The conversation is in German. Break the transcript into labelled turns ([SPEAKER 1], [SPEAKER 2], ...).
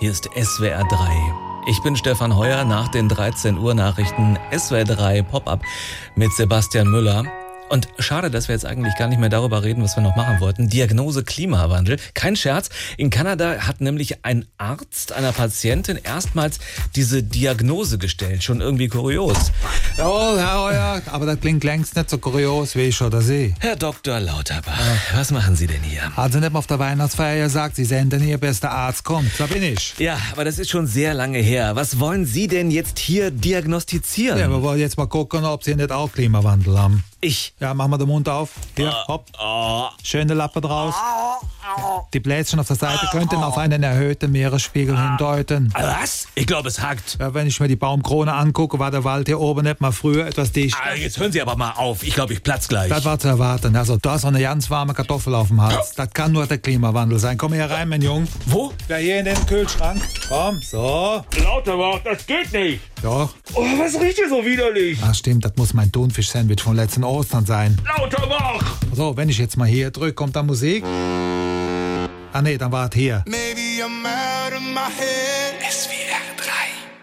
[SPEAKER 1] Hier ist SWR 3. Ich bin Stefan Heuer nach den 13 Uhr Nachrichten SWR 3 Pop-up mit Sebastian Müller. Und schade, dass wir jetzt eigentlich gar nicht mehr darüber reden, was wir noch machen wollten. Diagnose Klimawandel. Kein Scherz. In Kanada hat nämlich ein Arzt einer Patientin erstmals diese Diagnose gestellt. Schon irgendwie kurios.
[SPEAKER 2] Jawohl, Herr Heuer, aber das klingt längst nicht so kurios, wie ich oder Sie.
[SPEAKER 1] Herr Dr. Lauterbach, was machen Sie denn hier?
[SPEAKER 2] Also nicht mal auf der Weihnachtsfeier gesagt, Sie senden hier, bis der Arzt kommt. Da bin ich.
[SPEAKER 1] Ja, aber das ist schon sehr lange her. Was wollen Sie denn jetzt hier diagnostizieren?
[SPEAKER 2] Ja, wir wollen jetzt mal gucken, ob Sie nicht auch Klimawandel haben.
[SPEAKER 1] ich.
[SPEAKER 2] Ja, machen wir den Mund auf. Hier,
[SPEAKER 1] Ah.
[SPEAKER 2] hopp. Schöne Lappe draus. Die Bläschen auf der Seite könnten auf einen erhöhten Meeresspiegel hindeuten.
[SPEAKER 1] Was? Ich glaube, es hakt.
[SPEAKER 2] Ja, wenn ich mir die Baumkrone angucke, war der Wald hier oben nicht mal früher etwas dicht.
[SPEAKER 1] Ah, Jetzt hören Sie aber mal auf. Ich glaube, ich platz gleich.
[SPEAKER 2] Das war zu erwarten. Also, du hast noch eine ganz warme Kartoffel auf dem Hals. Das kann nur der Klimawandel sein. Komm hier rein, mein Junge.
[SPEAKER 1] Wo?
[SPEAKER 2] Ja, hier in den Kühlschrank. Komm, so.
[SPEAKER 3] Lauterbach, das geht nicht.
[SPEAKER 2] Doch.
[SPEAKER 3] Oh, was riecht hier so widerlich?
[SPEAKER 2] Ach ah, stimmt, das muss mein Thunfisch-Sandwich von letzten Ostern sein.
[SPEAKER 3] Lauterbach!
[SPEAKER 2] So, wenn ich jetzt mal hier drücke, kommt da Musik. Ah nee, dann wart hier.
[SPEAKER 4] Maybe I'm out of my head.
[SPEAKER 5] SWR 3.